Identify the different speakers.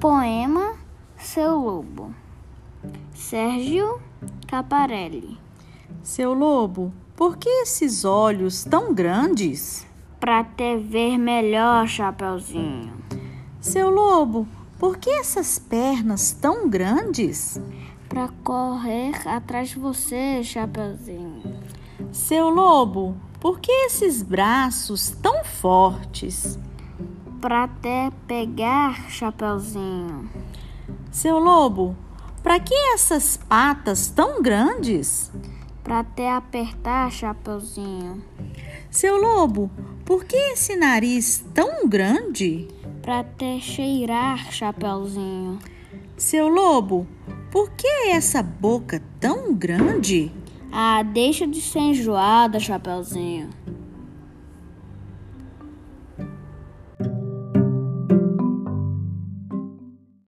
Speaker 1: Poema Seu Lobo, Sérgio Caparelli.
Speaker 2: Seu lobo, por que esses olhos tão grandes?
Speaker 1: Pra te ver melhor, Chapeuzinho,
Speaker 2: Seu lobo, por que essas pernas tão grandes?
Speaker 1: pra correr atrás de você, Chapeuzinho,
Speaker 2: Seu lobo, por que esses braços tão fortes?
Speaker 1: pra te pegar, Chapeuzinho,
Speaker 2: Seu lobo, para que essas patas tão grandes?
Speaker 1: pra te apertar, Chapeuzinho,
Speaker 2: Seu lobo, por que esse nariz tão grande?
Speaker 1: pra te cheirar, Chapeuzinho,
Speaker 2: Seu lobo, por que essa boca tão grande?
Speaker 1: Ah, deixa de ser enjoada, Chapeuzinho.